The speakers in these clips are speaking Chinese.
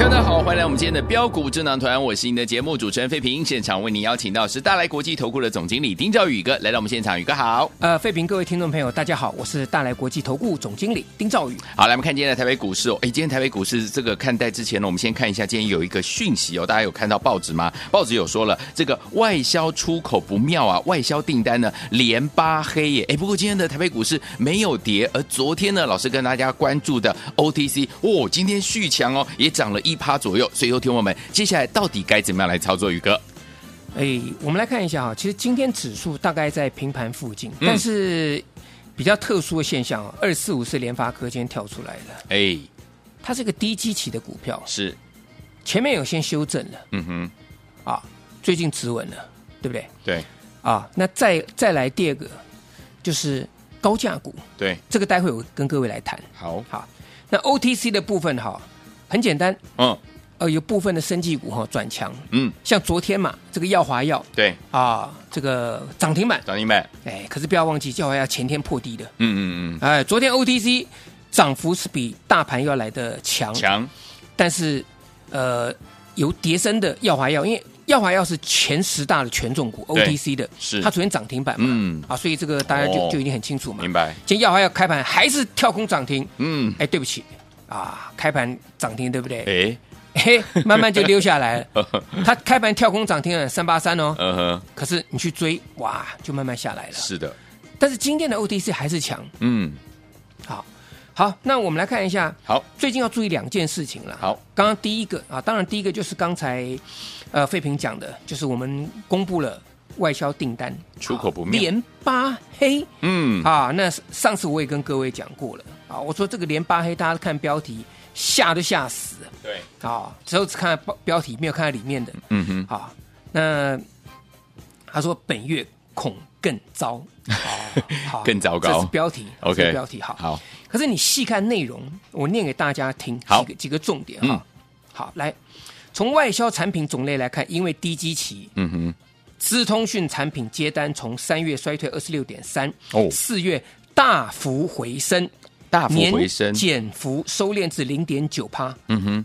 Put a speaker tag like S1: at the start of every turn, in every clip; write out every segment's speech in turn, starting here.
S1: 大家好，欢迎来我们今天的标股智囊团，我是您的节目主持人费平。现场为您邀请到是大来国际投顾的总经理丁兆宇哥来到我们现场，宇哥好。
S2: 呃，费平各位听众朋友，大家好，我是大来国际投顾总经理丁兆宇。
S1: 好，来我们看今天的台北股市哦。哎，今天台北股市这个看待之前呢，我们先看一下今天有一个讯息哦，大家有看到报纸吗？报纸有说了，这个外销出口不妙啊，外销订单呢连八黑耶。哎，不过今天的台北股市没有跌，而昨天呢，老师跟大家关注的 OTC 哦，今天续强哦，也涨了一趴左右。所以，说听我们接下来到底该怎么样来操作，宇哥？
S2: 哎，我们来看一下哈，其实今天指数大概在平盘附近，但是比较特殊的现象哦，二四五是联发科今天跳出来的，
S1: 哎，
S2: 它是个低基期的股票，
S1: 是，
S2: 前面有先修正了
S1: 嗯哼，
S2: 啊，最近止稳了，对不对？
S1: 对
S2: 啊，那再再来第二个就是高价股，
S1: 对，
S2: 这个待会我跟各位来谈。
S1: 好，
S2: 好，那 OTC 的部分哈，很简单，
S1: 嗯
S2: 呃，有部分的生技股哈转强，
S1: 嗯，
S2: 像昨天嘛，这个耀华药
S1: 对，
S2: 啊，这个涨停板，
S1: 涨停板，
S2: 哎，可是不要忘记，耀华药前天破低的，
S1: 嗯嗯
S2: 哎，昨天 OTC 涨幅是比大盘要来的强，
S1: 嗯，强，
S2: 但是呃，有跌升的耀华药，因为耀华药是前十大的权重股
S1: 对
S2: OTC 的，
S1: 是
S2: 它昨天涨停板嘛，
S1: 嗯
S2: 啊，所以这个大家就、
S1: 哦
S2: 就已经很清楚嘛。
S1: 明白，
S2: 今天耀华药开盘还是跳空涨停，
S1: 嗯，
S2: 哎，对不起啊，开盘涨停对不对？
S1: 哎，
S2: 嘿，慢慢就溜下来 了。它开盘跳空涨停了三八三哦，
S1: 嗯哼，
S2: 可是你去追，哇，就慢慢下来了。
S1: 是的，
S2: 但是今天的 OTC 还是强。
S1: 嗯，
S2: 好，好，那我们来看一下，
S1: 好，
S2: 最近要注意两件事情了。
S1: 好，
S2: 刚刚第一个啊，当然第一个就是刚才呃费平讲的，就是我们公布了外销订单
S1: 出口不
S2: 啊
S1: 妙
S2: 连八黑。
S1: 嗯，
S2: 啊，那上次我也跟各位讲过了啊，我说这个连八黑，大家看标题吓都吓死了。
S1: 对，
S2: 啊，只有只看标标题，没有看到里面的
S1: 嗯哼，
S2: 啊。那他说本月恐更 糟，哦好
S1: 更糟糕
S2: 这是标题
S1: OK
S2: 这是标题好。
S1: 好，
S2: 可是你细看内容，我念给大家听
S1: 好嗯
S2: 几个几个重点哈。好，来从外销产品种类来看，因为低基期，
S1: 嗯哼，
S2: 资通讯产品接单从三月衰退二十六点三
S1: 哦，
S2: 四月大幅回升，
S1: 大幅
S2: 年
S1: 回升，
S2: 减幅收敛至零点九趴。
S1: 嗯哼，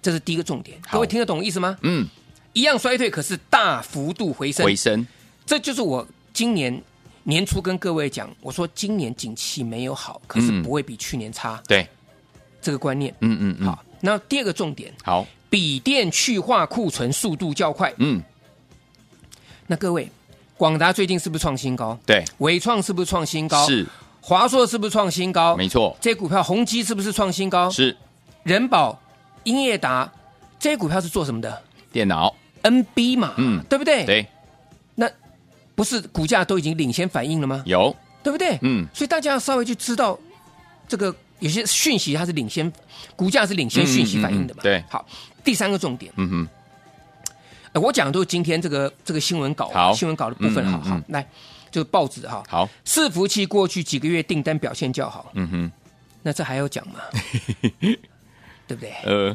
S2: 这是第一个重点，
S1: 好
S2: 各位听得懂意思吗？
S1: 嗯，
S2: 一样衰退，可是大幅度回升，
S1: 回升，
S2: 这就是我今年年初跟各位讲，我说今年景气没有好，可是
S1: 嗯
S2: 不会比去年差，
S1: 对，
S2: 这个观念。
S1: 嗯嗯嗯，
S2: 好，那第二个重点，
S1: 好，
S2: 笔电去化库存速度较快。
S1: 嗯，
S2: 那各位，广达最近是不是创新高？
S1: 对，
S2: 伟创是不是创新高？，
S1: 是，
S2: 华硕是不是创新高？
S1: 没错，
S2: 这些股票宏基是不是创新高？
S1: 是
S2: 人保、英业达这些股票是做什么的
S1: 电脑，
S2: ？NB 嘛，
S1: 嗯
S2: 对不对？
S1: 对，
S2: 不是股价都已经领先反应了吗？
S1: 有，
S2: 对不对？
S1: 嗯，
S2: 所以大家要稍微去知道这个有些讯息它是领先，股价是领先讯息反应的嘛。
S1: 嗯嗯嗯对
S2: 好，第三个重点，
S1: 嗯哼，
S2: 呃我讲的都是今天这个这个新闻稿，
S1: 好
S2: 新闻稿的部分，
S1: 嗯
S2: 好
S1: 嗯
S2: 好
S1: 嗯
S2: 来，这个报纸哈，
S1: 好，
S2: 伺服器过去几个月订单表现较好，
S1: 嗯哼，
S2: 那这还 要讲吗？对不对？
S1: 呃，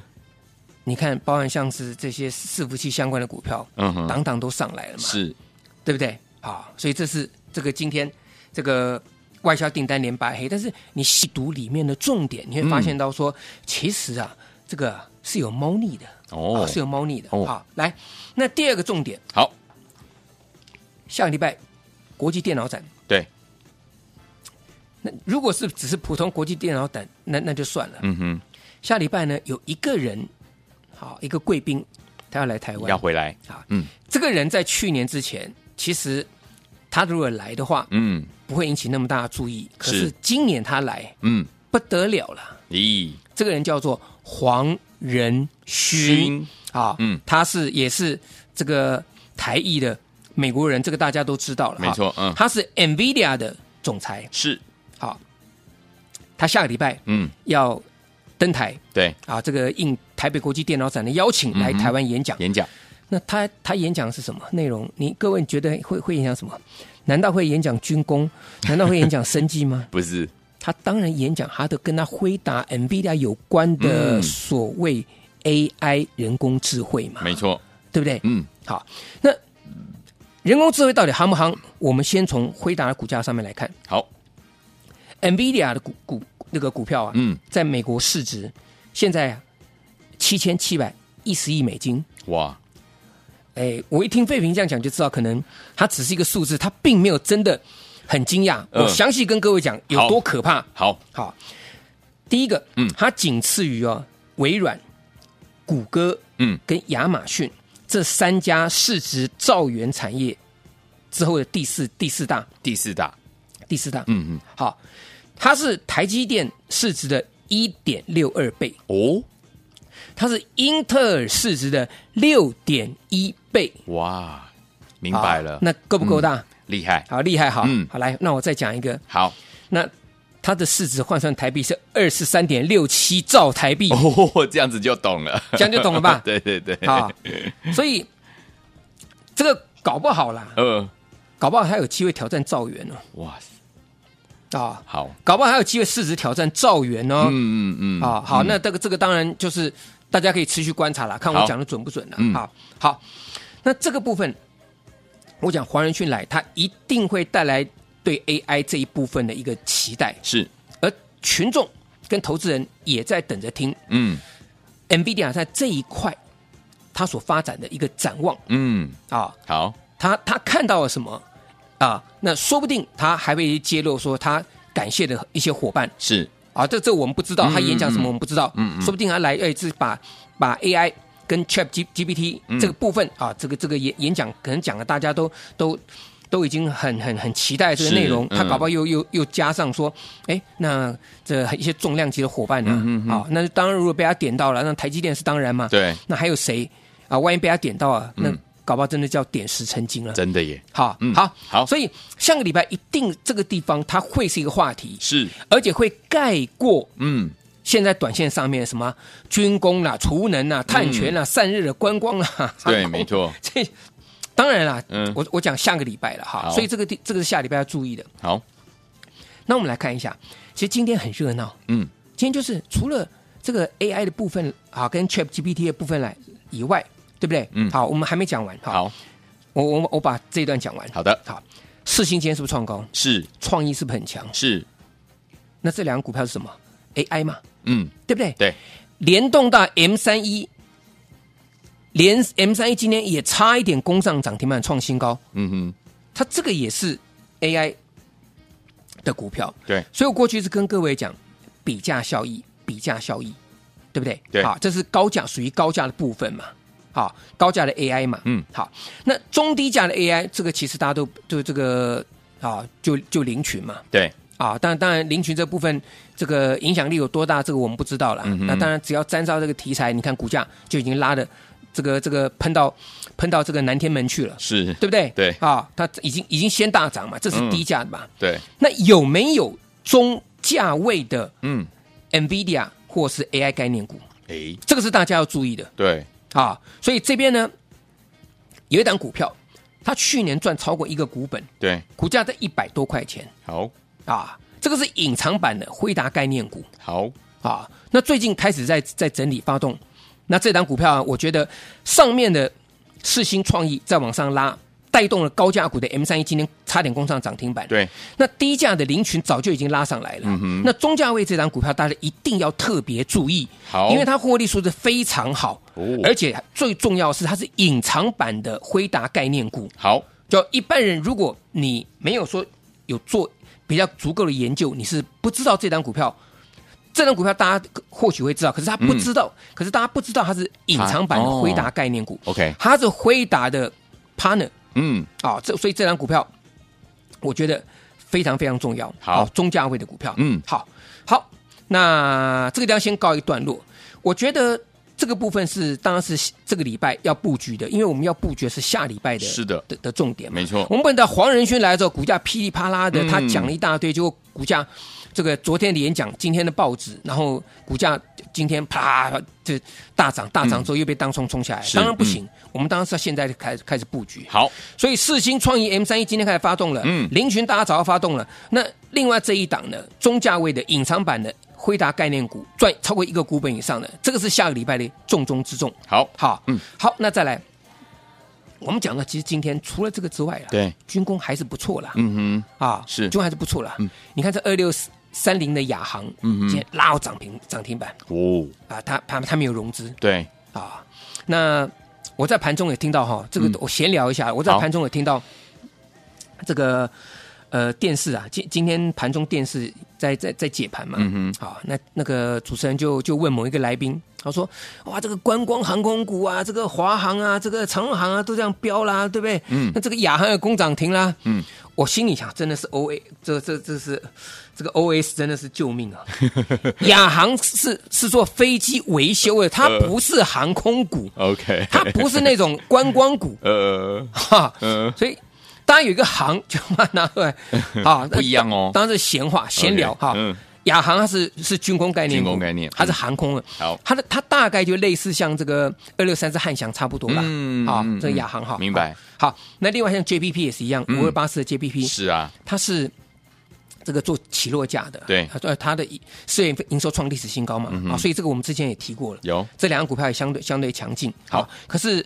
S2: 你看，包含像是这些伺服器相关的股票，
S1: 嗯哼，
S2: 档档都上来了嘛，
S1: 是，
S2: 对不对？好，所以这是这个今天这个外销订单连八黑，但是你细读里面的重点，你会发现到说，
S1: 嗯
S2: 其实啊，这个是有猫腻的
S1: 哦
S2: 啊是有猫腻的。
S1: 哦
S2: 好，来，那第二个重点，
S1: 好，
S2: 下个礼拜国际电脑展，
S1: 对，
S2: 那如果是只是普通国际电脑展，那那就算了。
S1: 嗯哼，
S2: 下礼拜呢，有一个人，好，一个贵宾，他要来台湾
S1: 要，回来，
S2: 啊，
S1: 嗯
S2: 这个人在去年之前，其实他如果来的话，
S1: 嗯
S2: 不会引起那么大的注意。可
S1: 是
S2: 是今年他来
S1: 嗯，
S2: 不得了了，
S1: 咦，
S2: 这个人叫做黄仁勋
S1: 勋
S2: 啊，
S1: 嗯
S2: 嗯，他是也是这个台裔的美国人，这个大家都知道了，
S1: 没错
S2: 哈
S1: 嗯
S2: 他是 NVIDIA 的总裁，
S1: 是，
S2: 好，他下个礼拜
S1: 嗯，
S2: 要登台
S1: 对，
S2: 啊，这个应台北国际电脑展的邀请来
S1: 嗯哼
S2: 台湾演讲。
S1: 演讲
S2: 那他他演讲是什么内容？你各位觉得会会演讲什么？难道会演讲军工？难道会演讲生计吗？
S1: 不是，
S2: 他当然演讲，他都跟他回答 NVIDIA 有关的
S1: 嗯
S2: 所谓 AI 人工智慧嘛，
S1: 没错，
S2: 对不对？
S1: 嗯，
S2: 好，那人工智慧到底行不行？我们先从辉达的股价上面来看
S1: 好，
S2: ，NVIDIA 的股股那个股票啊，
S1: 嗯，
S2: 在美国市值现在七千七百一十亿美金。
S1: 哇，
S2: 哎，我一听费平这样讲，就知道可能它只是一个数字，它并没有真的很惊讶。
S1: 嗯
S2: 我详细跟各位讲有多可怕。
S1: 好，
S2: 好，第一个，
S1: 嗯
S2: 嗯，它仅次于哦微软、谷歌
S1: 嗯，
S2: 跟亚马逊这三家市值兆元产业之后的第四第四大
S1: 第四大，
S2: 第四大。
S1: 嗯嗯，
S2: 好，它是台积电市值的一点六二倍，
S1: 哦，
S2: 它是英特尔市值的六点一倍。
S1: 哇，明
S2: 好
S1: 白了，
S2: 那够不够大？
S1: 厉害，
S2: 好厉害，好，
S1: 嗯
S2: 好来，那我再讲一个，
S1: 好，
S2: 那它的市值换算台币是二十三点六七兆台币，
S1: 哦， 这样子就懂了，
S2: 这样就懂了吧？
S1: 对对对，
S2: 好，啊所以这个搞不好啦，
S1: 呃，
S2: 搞不好还有机会挑战兆元哦，
S1: 哇塞，
S2: 啊，
S1: 好，
S2: 搞不好还有机会市值挑战兆元哦，
S1: 嗯嗯嗯，
S2: 啊，好，
S1: 嗯
S2: 那这个这个当然就是大家可以持续观察啦，看我
S1: 好
S2: 讲的准不准了
S1: 嗯。
S2: 好，好，那这个部分，我讲黄仁勋来，他一定会带来对 AI 这一部分的一个期待。
S1: 是，
S2: 而群众跟投资人也在等着听
S1: 嗯
S2: NVIDIA 在这一块它所发展的一个展望
S1: 嗯，
S2: 啊，
S1: 好，
S2: 他他看到了什么啊？那说不定他还会揭露说他感谢的一些伙伴
S1: 是，
S2: 啊，这这我们不知道，
S1: 嗯
S2: 他演讲
S1: 嗯
S2: 什
S1: 嗯
S2: 么我们不知道，
S1: 嗯嗯
S2: 说不定他来哎是把把 AI。跟 Chat G G P T
S1: 嗯
S2: 这个部分啊，这个这个演演讲可能讲了，大家都都都已经很很很期待这个
S1: 是
S2: 内容，他
S1: 嗯
S2: 搞不好又又又加上说，哎，那这一些重量级的伙伴呢、啊，
S1: 嗯哼哼
S2: 那当然如果被他点到了，那台积电是当然嘛，
S1: 对，
S2: 那还有谁啊？万一被他点到啊，那
S1: 嗯
S2: 搞不好真的叫点石成金了。
S1: 真的耶，
S2: 好，
S1: 嗯
S2: 好，
S1: 好
S2: 所以下个礼拜一定这个地方它会是一个话题，
S1: 是，
S2: 而且会盖过
S1: 嗯，
S2: 现在短线上面什么军工啦、储能啦、碳权啦、散热的观光啦，
S1: 嗯 对，
S2: 航空
S1: 没。错，
S2: 这当然啦，
S1: 嗯
S2: 我我讲下个礼拜了哈
S1: 好，
S2: 所以这个地这个是下礼拜要注意的。
S1: 好，
S2: 那我们来看一下，其实今天很热闹，
S1: 嗯，
S2: 今天就是除了这个 AI 的部分啊，跟 Chat GPT 的部分来以外，对不对？
S1: 嗯
S2: 好，我们还没讲完。
S1: 好，
S2: 我我我把这一段讲完。
S1: 好的，
S2: 好，世新今天是不是创高？
S1: 是
S2: 创意是不是很强？
S1: 是，
S2: 那这两个股票是什么？AI 嘛，
S1: 嗯，
S2: 对不对？
S1: 对，
S2: 联动到 M 三一，连 M 三一今天也差一点攻上涨停板创新高，
S1: 嗯哼，
S2: 它这个也是 AI 的股票。
S1: 对，
S2: 所以我过去是跟各位讲比价效益，比价效益，对不对？
S1: 对
S2: 好，这是高价属于高价的部分嘛，好，高价的 AI 嘛，
S1: 嗯，
S2: 好，那中低价的 AI 这个其实大家都就这个啊，就就领群嘛，
S1: 对，
S2: 啊，当然当然，林群这部分这个影响力有多大，这个我们不知道啦。
S1: 嗯哼
S2: 那当然，只要沾到这个题材，你看股价就已经拉的这个这个喷到喷到这个南天门去了，
S1: 是，
S2: 对不对？
S1: 对嗯
S2: 啊，它已经已经先大涨嘛，这是低价的嘛。
S1: 对，
S2: 那有没有中价位的
S1: 嗯，
S2: NVIDIA 或是 AI 概念股？
S1: 诶，
S2: 这个是大家要注意的
S1: 对，
S2: 啊。所以这边呢，有一档股票，它去年赚超过一个股本，
S1: 对，
S2: 股价在一百多块钱。
S1: 好，
S2: 啊，这个是隐藏版的辉达概念股
S1: 好，
S2: 啊。那最近开始在在整理发动，那这档股票啊，我觉得上面的世新创意再往上拉，带动了高价股的 M 三一今天差点攻上涨停板。，
S1: 对，
S2: 那低价的林群早就已经拉上来了。
S1: 嗯哼
S2: 那中价位这档股票大家一定要特别注意，
S1: 好
S2: 因为它获利数字非常好，
S1: 哦
S2: 而且最重要的是它是隐藏版的辉达概念股。
S1: 好，
S2: 就一般人，如果你没有说有做比较足够的研究，你是不知道这档股票。这档股票大家或许会知道，可是他不知道，可是大家不知道它是隐藏版
S1: 啊
S2: 的
S1: 嗯哦
S2: 辉达概念股，
S1: OK
S2: 它是辉达的 partner
S1: 嗯，
S2: 啊、这所以这档股票我觉得非常非常重要，
S1: 好
S2: 啊中价位的股票，
S1: 嗯
S2: 好，好，那这个地方先告一段落。我觉得这个部分是当然是这个礼拜要布局的，因为我们要布局是下礼拜的，
S1: 是的
S2: 的的重点嘛。
S1: 没错
S2: 我们本到黄仁勋来的时候，股价噼里啪啦的，他
S1: 嗯
S2: 讲了一大堆，结果股价这个昨天的演讲，今天的报纸，然后股价今天啪就大涨，大涨之后又被当冲冲下来，
S1: 嗯是嗯
S2: 当然不行。我们当然是要现在开始开始布局。
S1: 好，
S2: 所以四星创意 M 三一今天开始发动了，
S1: 嗯
S2: 嗯，林群大家早要发动了。那另外这一档呢，中价位的隐藏版的辉达概念股，赚超过一个股本以上的，这个是下个礼拜的重中之重。
S1: 好，
S2: 好，
S1: 嗯
S2: 嗯，好，那再来，我们讲了，其实今天除了这个之外啊，
S1: 对，
S2: 军工还是不错啦，
S1: 嗯
S2: 啊，
S1: 是嗯
S2: 军工还是不错啦。你看这二六三零的亚航，今天拉到涨停涨停板
S1: 哼，哦，
S2: 啊，它它它没有融资，
S1: 对，
S2: 啊。那我在盘中也听到哈，这个
S1: 嗯
S2: 我闲聊一下，我在
S1: 好
S2: 盘中也听到这个呃电视啊，今今天盘中电视在在在解盘嘛，
S1: 嗯
S2: 好，那那个主持人就就问某一个来宾，他说哇，这个观光航空股啊，这个华航啊，这个长荣航啊，都这样飙啦，对不对？
S1: 嗯
S2: 那这个亚航也攻涨停啦，
S1: 嗯，
S2: 我心里想，真的是 O A，这这这是这个 O S 真的是救命啊！ 亚航是是做飞机维修的，它
S1: 呃
S2: 不是航空股，
S1: 哼，OK，，
S2: 它不是那种观光股
S1: 呃，
S2: 哈，
S1: 嗯
S2: 所以。当然有一个行就把它拿 出来，啊，那
S1: 不一样哦
S2: 当然是闲话闲聊
S1: OK，
S2: 哈
S1: 嗯。
S2: 亚航它是是军工概念股，
S1: 军工概念嗯
S2: 它是航空的。
S1: 好
S2: 它的它大概就类似像这个二六三四汉翔差不多啦。
S1: 嗯
S2: 好
S1: 嗯，
S2: 这个亚航哈，
S1: 明白
S2: 好。好，那另外像 JPP 也是一样，
S1: 嗯
S2: 五二八四的 JPP
S1: 是啊，
S2: 它是这个做起落架的，
S1: 对嗯
S2: 它它的四月份营收创历史新高嘛，啊，所以这个我们之前也提过了，
S1: 有
S2: 这两个股票也相对相对强劲，
S1: 好
S2: 啊，可是。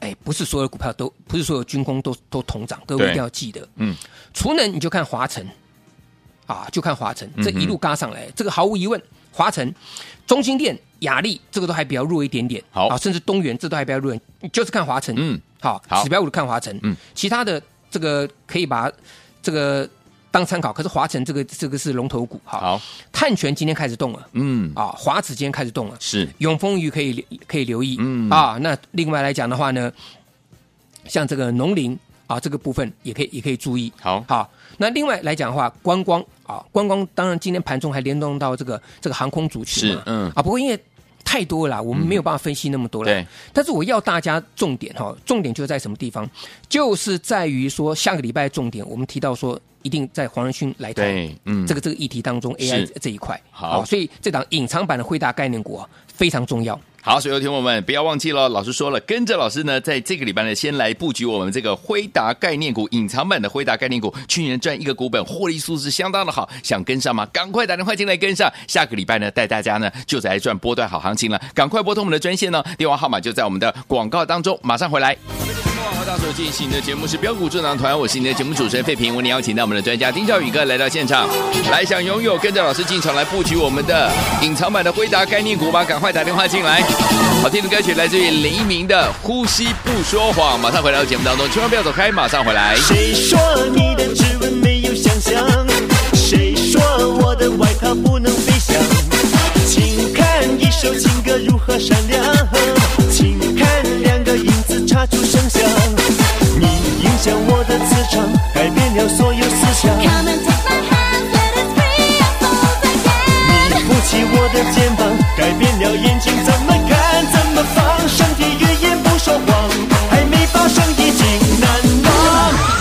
S2: 哎，不是所有股票都不是所有军工都都同涨，各位
S1: 对
S2: 一定要记得。
S1: 嗯，
S2: 除能你就看华晨，啊，就看华
S1: 嗯
S2: 晨这一路嘎上来，这个毫无疑问，华晨、中心店、雅力这个都还比较弱一点点，
S1: 好
S2: 啊，甚至东元这都还比较弱一点，你就是看华晨，
S1: 嗯，
S2: 好
S1: 好，
S2: 指标股看华晨，
S1: 嗯
S2: 嗯，其他的这个可以把这个当参考，可是华晨这个这个是龙头股，好，
S1: 好，
S2: 碳权今天开始动了，
S1: 嗯，
S2: 啊，华子今天开始动了，
S1: 是，
S2: 永丰鱼可以可以留意，
S1: 嗯
S2: 啊，那另外来讲的话呢，像这个农林啊这个部分也可以也可以注意，
S1: 好，
S2: 好，那另外来讲的话，观光啊，观光当然今天盘中还联动到这个这个航空族群嘛
S1: 是，嗯
S2: 啊，不过因为太多了啦，我们没有办法分析那么多了。
S1: 对，
S2: 但是我要大家重点哈、重点就在什么地方？就是在于说下个礼拜重点，我们提到说一定在黄仁勋来台
S1: 对，嗯
S2: 这个这个议题当中
S1: 是
S2: AI 这这一块，
S1: 好
S2: 啊所以这档隐藏版的惠达概念股啊非常重要。
S1: 好，所有听众们不要忘记了，老师说了，跟着老师呢，在这个礼拜呢，先来布局我们这个辉达概念股隐藏版的辉达概念股，去年赚一个股本，获利数字相当的好，想跟上吗？赶快打电话进来跟上，下个礼拜呢，带大家呢就来赚波段好行情了，赶快拨通我们的专线呢，电话号码就在我们的广告当中，马上回来。欢迎大手进行的节目是标股智囊团，我是你的节目主持人费平，为你邀请到我们的专家丁兆宇哥来到现场，来想拥有跟着老师进场来布局我们的隐藏版的辉达概念股吗？赶快打电话进来。好听的歌曲来自于黎明的《呼吸不说谎》，马上回到节目当中，千万不要走开，马上回来。
S3: 谁说你的指纹没有想象？谁说我的外套不能飞翔？请看一首情歌如何闪亮，请看两个影子擦出声响。你影响我的磁场，改变了所有思想。
S4: Come and take my hand, let us free our souls again.
S3: 你扶起我的肩膀，改变了眼睛怎么看怎么放，身体语言不说谎，还没发生已经难忘。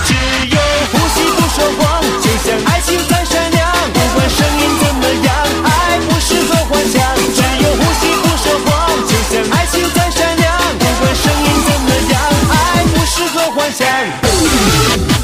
S3: 只有呼吸不说谎，就像爱情在闪亮，不管声音怎么样，爱不是做幻想。只有呼吸不说谎，就像爱情在闪亮，不管声音怎么样，爱不是做幻想。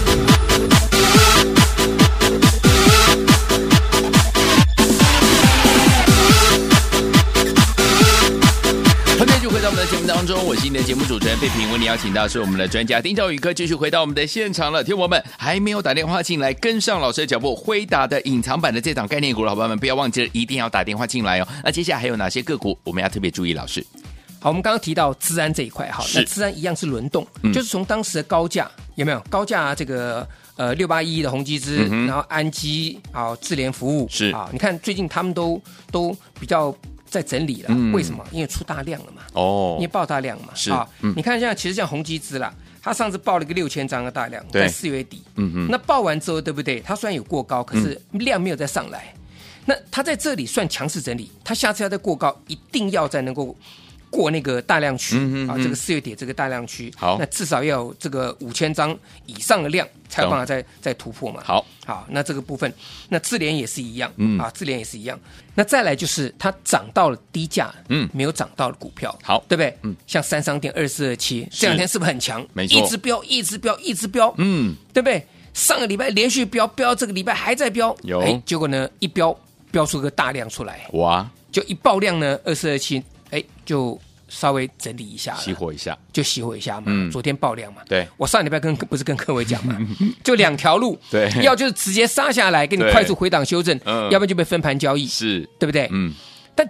S1: 欢迎继续回到我们的节目当中，我是你的节目主持人费平。为你邀请到是我们的专家丁兆宇哥，继续回到我们的现场了。听友们还没有打电话进来跟上老师的脚步，辉达的隐藏版的这档概念股，老板们不要忘记了，一定要打电话进来哦。那接下来还有哪些个股我们要特别注意？老师，
S2: 好，我们刚刚提到资安这一块，好，
S1: 是嗯
S2: 那资安一样是轮动，就是从当时的高价有没有高价这个呃六八一的宏基资，然后安基啊智联服务
S1: 嗯是
S2: 啊，你看最近他们都都比较在整理了，为什么？因为出大量了嘛，
S1: 嗯哦
S2: 因为爆大量嘛，
S1: 是
S2: 啊
S1: 嗯，
S2: 你看像其实像宏基资啦，它上次爆了一个六千张的啊大量，
S1: 对
S2: 在四月底，
S1: 嗯哼嗯
S2: 那爆完之后，对不对？它虽然有过高，可是量没有再上来，那它在这里算强势整理，它下次要再过高，一定要再能够过那个大量区、
S1: 嗯嗯
S2: 啊，
S1: 嗯
S2: 这个四月底这个大量区，
S1: 好
S2: 那至少要有这个五千张以上的量，才有
S1: 懂
S2: 办法再再突破嘛。
S1: 好，
S2: 好，那这个部分，那智联也是一样，
S1: 嗯
S2: 啊，智联也是一样。那再来就是它涨到了低价，
S1: 嗯
S2: 没有涨到的股票，
S1: 好
S2: 对不对？
S1: 嗯
S2: 嗯，像三商店二四二七，这两天是不是很强？
S1: 没错
S2: 一直飙，一直飙，一直飙，
S1: 嗯，
S2: 对不对？上个礼拜连续飙，飙到这个礼拜还在飙，
S1: 有
S2: 哎结果呢一飙飙出个大量出来，
S1: 哇，
S2: 就一爆量呢二四二七，哎，就稍微整理一下了，
S1: 熄火一下，
S2: 就熄火一下嘛。
S1: 嗯
S2: 昨天爆量嘛。
S1: 对
S2: 我上礼拜跟不是跟各位讲 嘛，就两条路，
S1: 对
S2: 要就是直接杀下来，给你
S1: 对
S2: 快速回档修正，
S1: 嗯
S2: 要不然就被分盘交易，
S1: 是，
S2: 对不对？
S1: 嗯，
S2: 但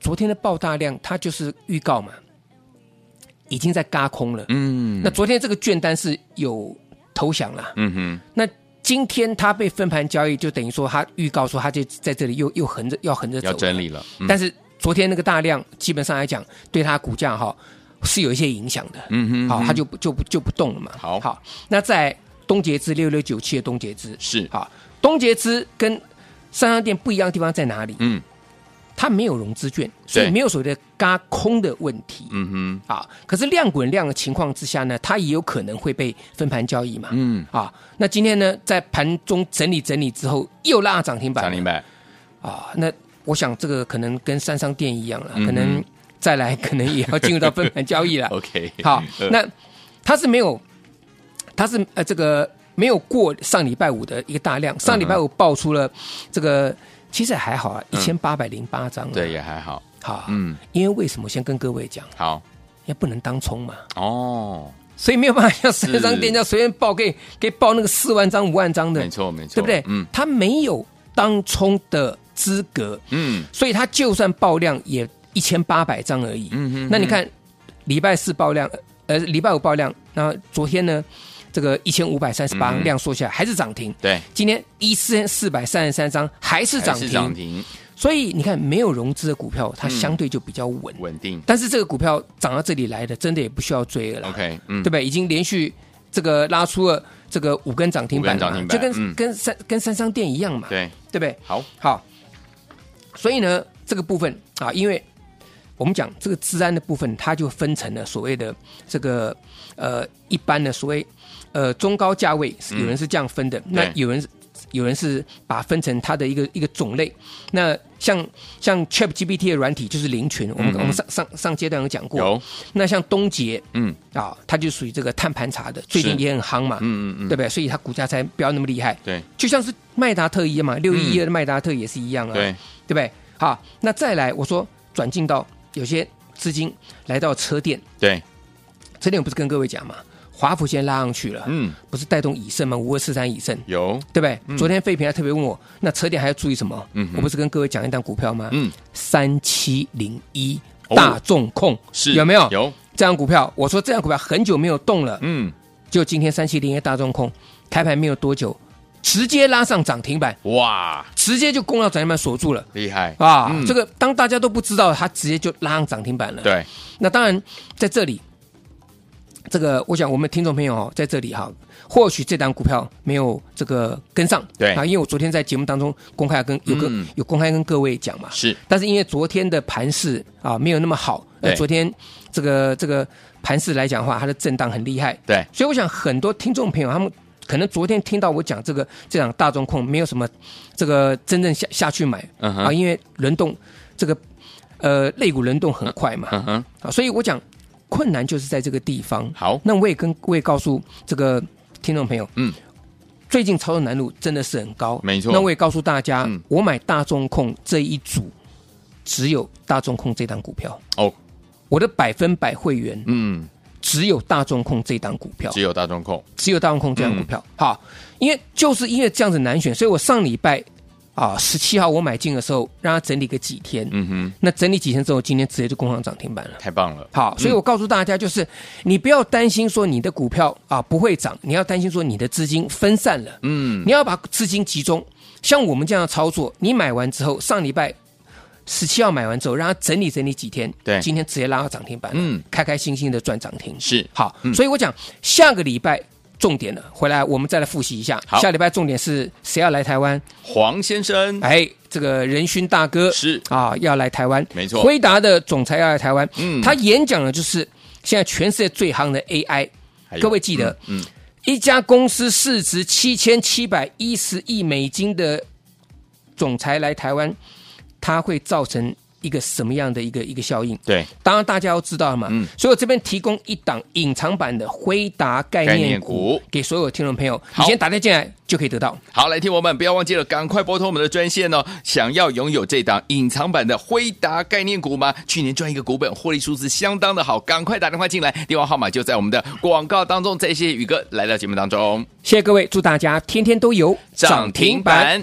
S2: 昨天的爆大量，它就是预告嘛，已经在嘎空了。
S1: 嗯，
S2: 那昨天这个券单是有投降了，
S1: 嗯哼，
S2: 那今天它被分盘交易，就等于说它预告说它就在这里又又横着要横着走，
S1: 要整理。了，嗯
S2: 但是昨天那个大量，基本上来讲，对它股价哈、是有一些影响的。
S1: 嗯哼，
S2: 好，它就不就不就不动了嘛。
S1: 好
S2: 好，那在东杰资六六九七的东杰资
S1: 是
S2: 好，东杰资跟三商店不一样的地方在哪里？
S1: 嗯
S2: 它没有融资券，所以
S1: 对
S2: 没有所谓的嘎空的问题。
S1: 嗯哼，
S2: 啊，可是量滚量的情况之下呢，它也有可能会被分盘交易嘛。
S1: 嗯，
S2: 啊，那今天呢，在盘中整理整理之后，又拉涨停板了，
S1: 涨停板，
S2: 啊，那我想这个可能跟三商店一样了，
S1: 嗯哼
S2: 可能再来可能也要进入到分盘交易了。
S1: OK，
S2: 好，
S1: 呃
S2: 那它是没有，它是呃这个没有过上礼拜五的一个大量，上礼拜五爆出了这个。其实还好啊，一千八百零八张、啊。
S1: 嗯对，也还好，
S2: 好，
S1: 嗯
S2: 嗯，因为为什么？先跟各位讲，
S1: 好，
S2: 也不能当冲嘛，
S1: 哦，
S2: 所以没有办法像三商
S1: 是
S2: 店家随便报给给报那个四万张、五万张的，
S1: 没错没错，
S2: 对不对？
S1: 嗯
S2: 他没有当冲的资格，
S1: 嗯，
S2: 所以它就算爆量也一千八百张而已。
S1: 嗯哼
S2: 那你看礼拜四爆量，呃，礼拜五爆量，那昨天呢，这个一千五百三十八
S1: 嗯
S2: 量缩下来还是涨停，
S1: 对，
S2: 今天一千四百三十三张还是涨
S1: 还
S2: 停，
S1: 是涨停，嗯
S2: 所以你看没有融资的股票，它相对就比较稳。
S1: 稳定
S2: 但是这个股票涨到这里来的，真的也不需要追了啦。
S1: ，OK，嗯，
S2: 对不对？已经连续这个拉出了这个五根涨停板
S1: 五根
S2: 嘛，
S1: 涨停板
S2: 就跟、
S1: 嗯
S2: 跟三跟三商店一样嘛，
S1: 对，
S2: 对不对？
S1: 好，
S2: 好，所以呢，这个部分啊，因为我们讲这个治安的部分，它就分成了所谓的这个呃一般的所谓呃中高价位，是有人是这样分的，
S1: 嗯
S2: 那有人有人是把分成它的一个一个种类。那像像 Chat GPT 的软体就是零群，我们、
S1: 嗯嗯
S2: 我们上上上阶段有讲过。
S1: 有，
S2: 那像东杰，
S1: 嗯
S2: 啊，它就属于这个碳盘查的，最
S1: 是
S2: 近也很夯嘛，
S1: 嗯嗯嗯，
S2: 对不对？所以它股价才不要那么厉害。
S1: 对
S2: 就像是麦达特一样嘛，六一一二的麦达特也是一样啊，
S1: 嗯对，
S2: 对不对？好，那再来我说转进到有些资金来到车店，
S1: 对，
S2: 车店我不是跟各位讲嘛，华府先拉上去了，
S1: 嗯，
S2: 不是带动以盛吗？五二四三以盛。
S1: 有，
S2: 对不对？昨天废平还特别问我，那车店还要注意什么？
S1: 嗯哼
S2: 我不是跟各位讲一档股票吗？
S1: 嗯，
S2: 三七零一
S1: 哦
S2: 大众控、
S1: 是
S2: 有没有？
S1: 有，
S2: 这张股票，我说这张股票很久没有动了，
S1: 嗯，
S2: 就今天三七零一大众控开盘没有多久，直接拉上涨停板，
S1: 哇，
S2: 直接就攻到涨停板锁住了
S1: 厉害
S2: 啊！
S1: 嗯
S2: 这个当大家都不知道，它直接就拉上涨停板了。，
S1: 对，
S2: 那当然在这里，这个我想我们听众朋友哦，在这里哈，或许这档股票没有这个跟上，
S1: 对
S2: 啊，因为我昨天在节目当中公开跟有跟、
S1: 嗯
S2: 有公开跟各位讲嘛，
S1: 是
S2: 但是因为昨天的盘势啊没有那么好，
S1: 对
S2: 呃，昨天这个这个盘势来讲的话，它的震荡很厉害，
S1: 对，
S2: 所以我想很多听众朋友他们。可能昨天听到我讲这个这场大中控没有什么这个真正下下去买、
S1: 嗯哼
S2: 啊，因为轮动这个呃肋骨轮动很快嘛，
S1: 嗯哼，
S2: 啊，所以我讲困难就是在这个地方。
S1: 好，
S2: 那我也跟我也告诉这个听众朋友，
S1: 嗯，
S2: 最近操作难度真的是很高，
S1: 没错
S2: 那我也告诉大家，
S1: 嗯
S2: 我买大众控这一组，只有大众控这档股票，
S1: 哦，
S2: 我的百分百会员
S1: 嗯，
S2: 只有大众控这档股票，
S1: 只有嗯大众控，
S2: 只有大众控这档股票。好，因为就是因为这样子难选，所以我上礼拜啊十七号我买进的时候，让它整理个几天，
S1: 嗯哼，
S2: 那整理几天之后，今天直接就攻上涨停板了。
S1: 太棒了，嗯
S2: 好，所以我告诉大家，就是、你不要担心说你的股票啊不会涨，你要担心说你的资金分散了，
S1: 嗯，
S2: 你要把资金集中。像我们这样的操作，你买完之后，上礼拜十七号买完之后，让它整理整理几天，
S1: 对
S2: 今天直接拉到涨停板，
S1: 嗯
S2: 嗯，开开心心的赚涨停
S1: 是
S2: 好。
S1: 嗯
S2: 所以我讲下个礼拜重点了，回来我们再来复习一下
S1: 好。
S2: 下礼拜重点是谁要来台湾？
S1: 黄先生，
S2: 哎，这个仁勋大哥
S1: 是
S2: 啊，要来台湾，
S1: 没错
S2: 辉达的总裁要来台湾，
S1: 嗯
S2: 他演讲的就是现在全世界最夯的 AI，
S1: 还有
S2: 各位记得，
S1: 嗯嗯
S2: 一家公司市值七千七百一十亿美金的总裁来台湾，它会造成一个什么样的一个一个效应？
S1: 对，
S2: 当然大家都知道嘛，
S1: 嗯
S2: 所以我这边提供一档隐藏版的辉达概
S1: 概念
S2: 念
S1: 股
S2: 股给所有听众朋友，
S1: 好
S2: 你先打电进来就可以得到。
S1: 好，来听我们，不要忘记了，赶快拨通我们的专线哦！想要拥有这档隐藏版的辉达概念股吗？去年赚一个股本，获利数字相当的好，赶快打电话进来，电话号码就在我们的广告当中。再谢谢宇哥来到节目当中，
S2: 谢谢各位，祝大家天天都有
S1: 涨停板。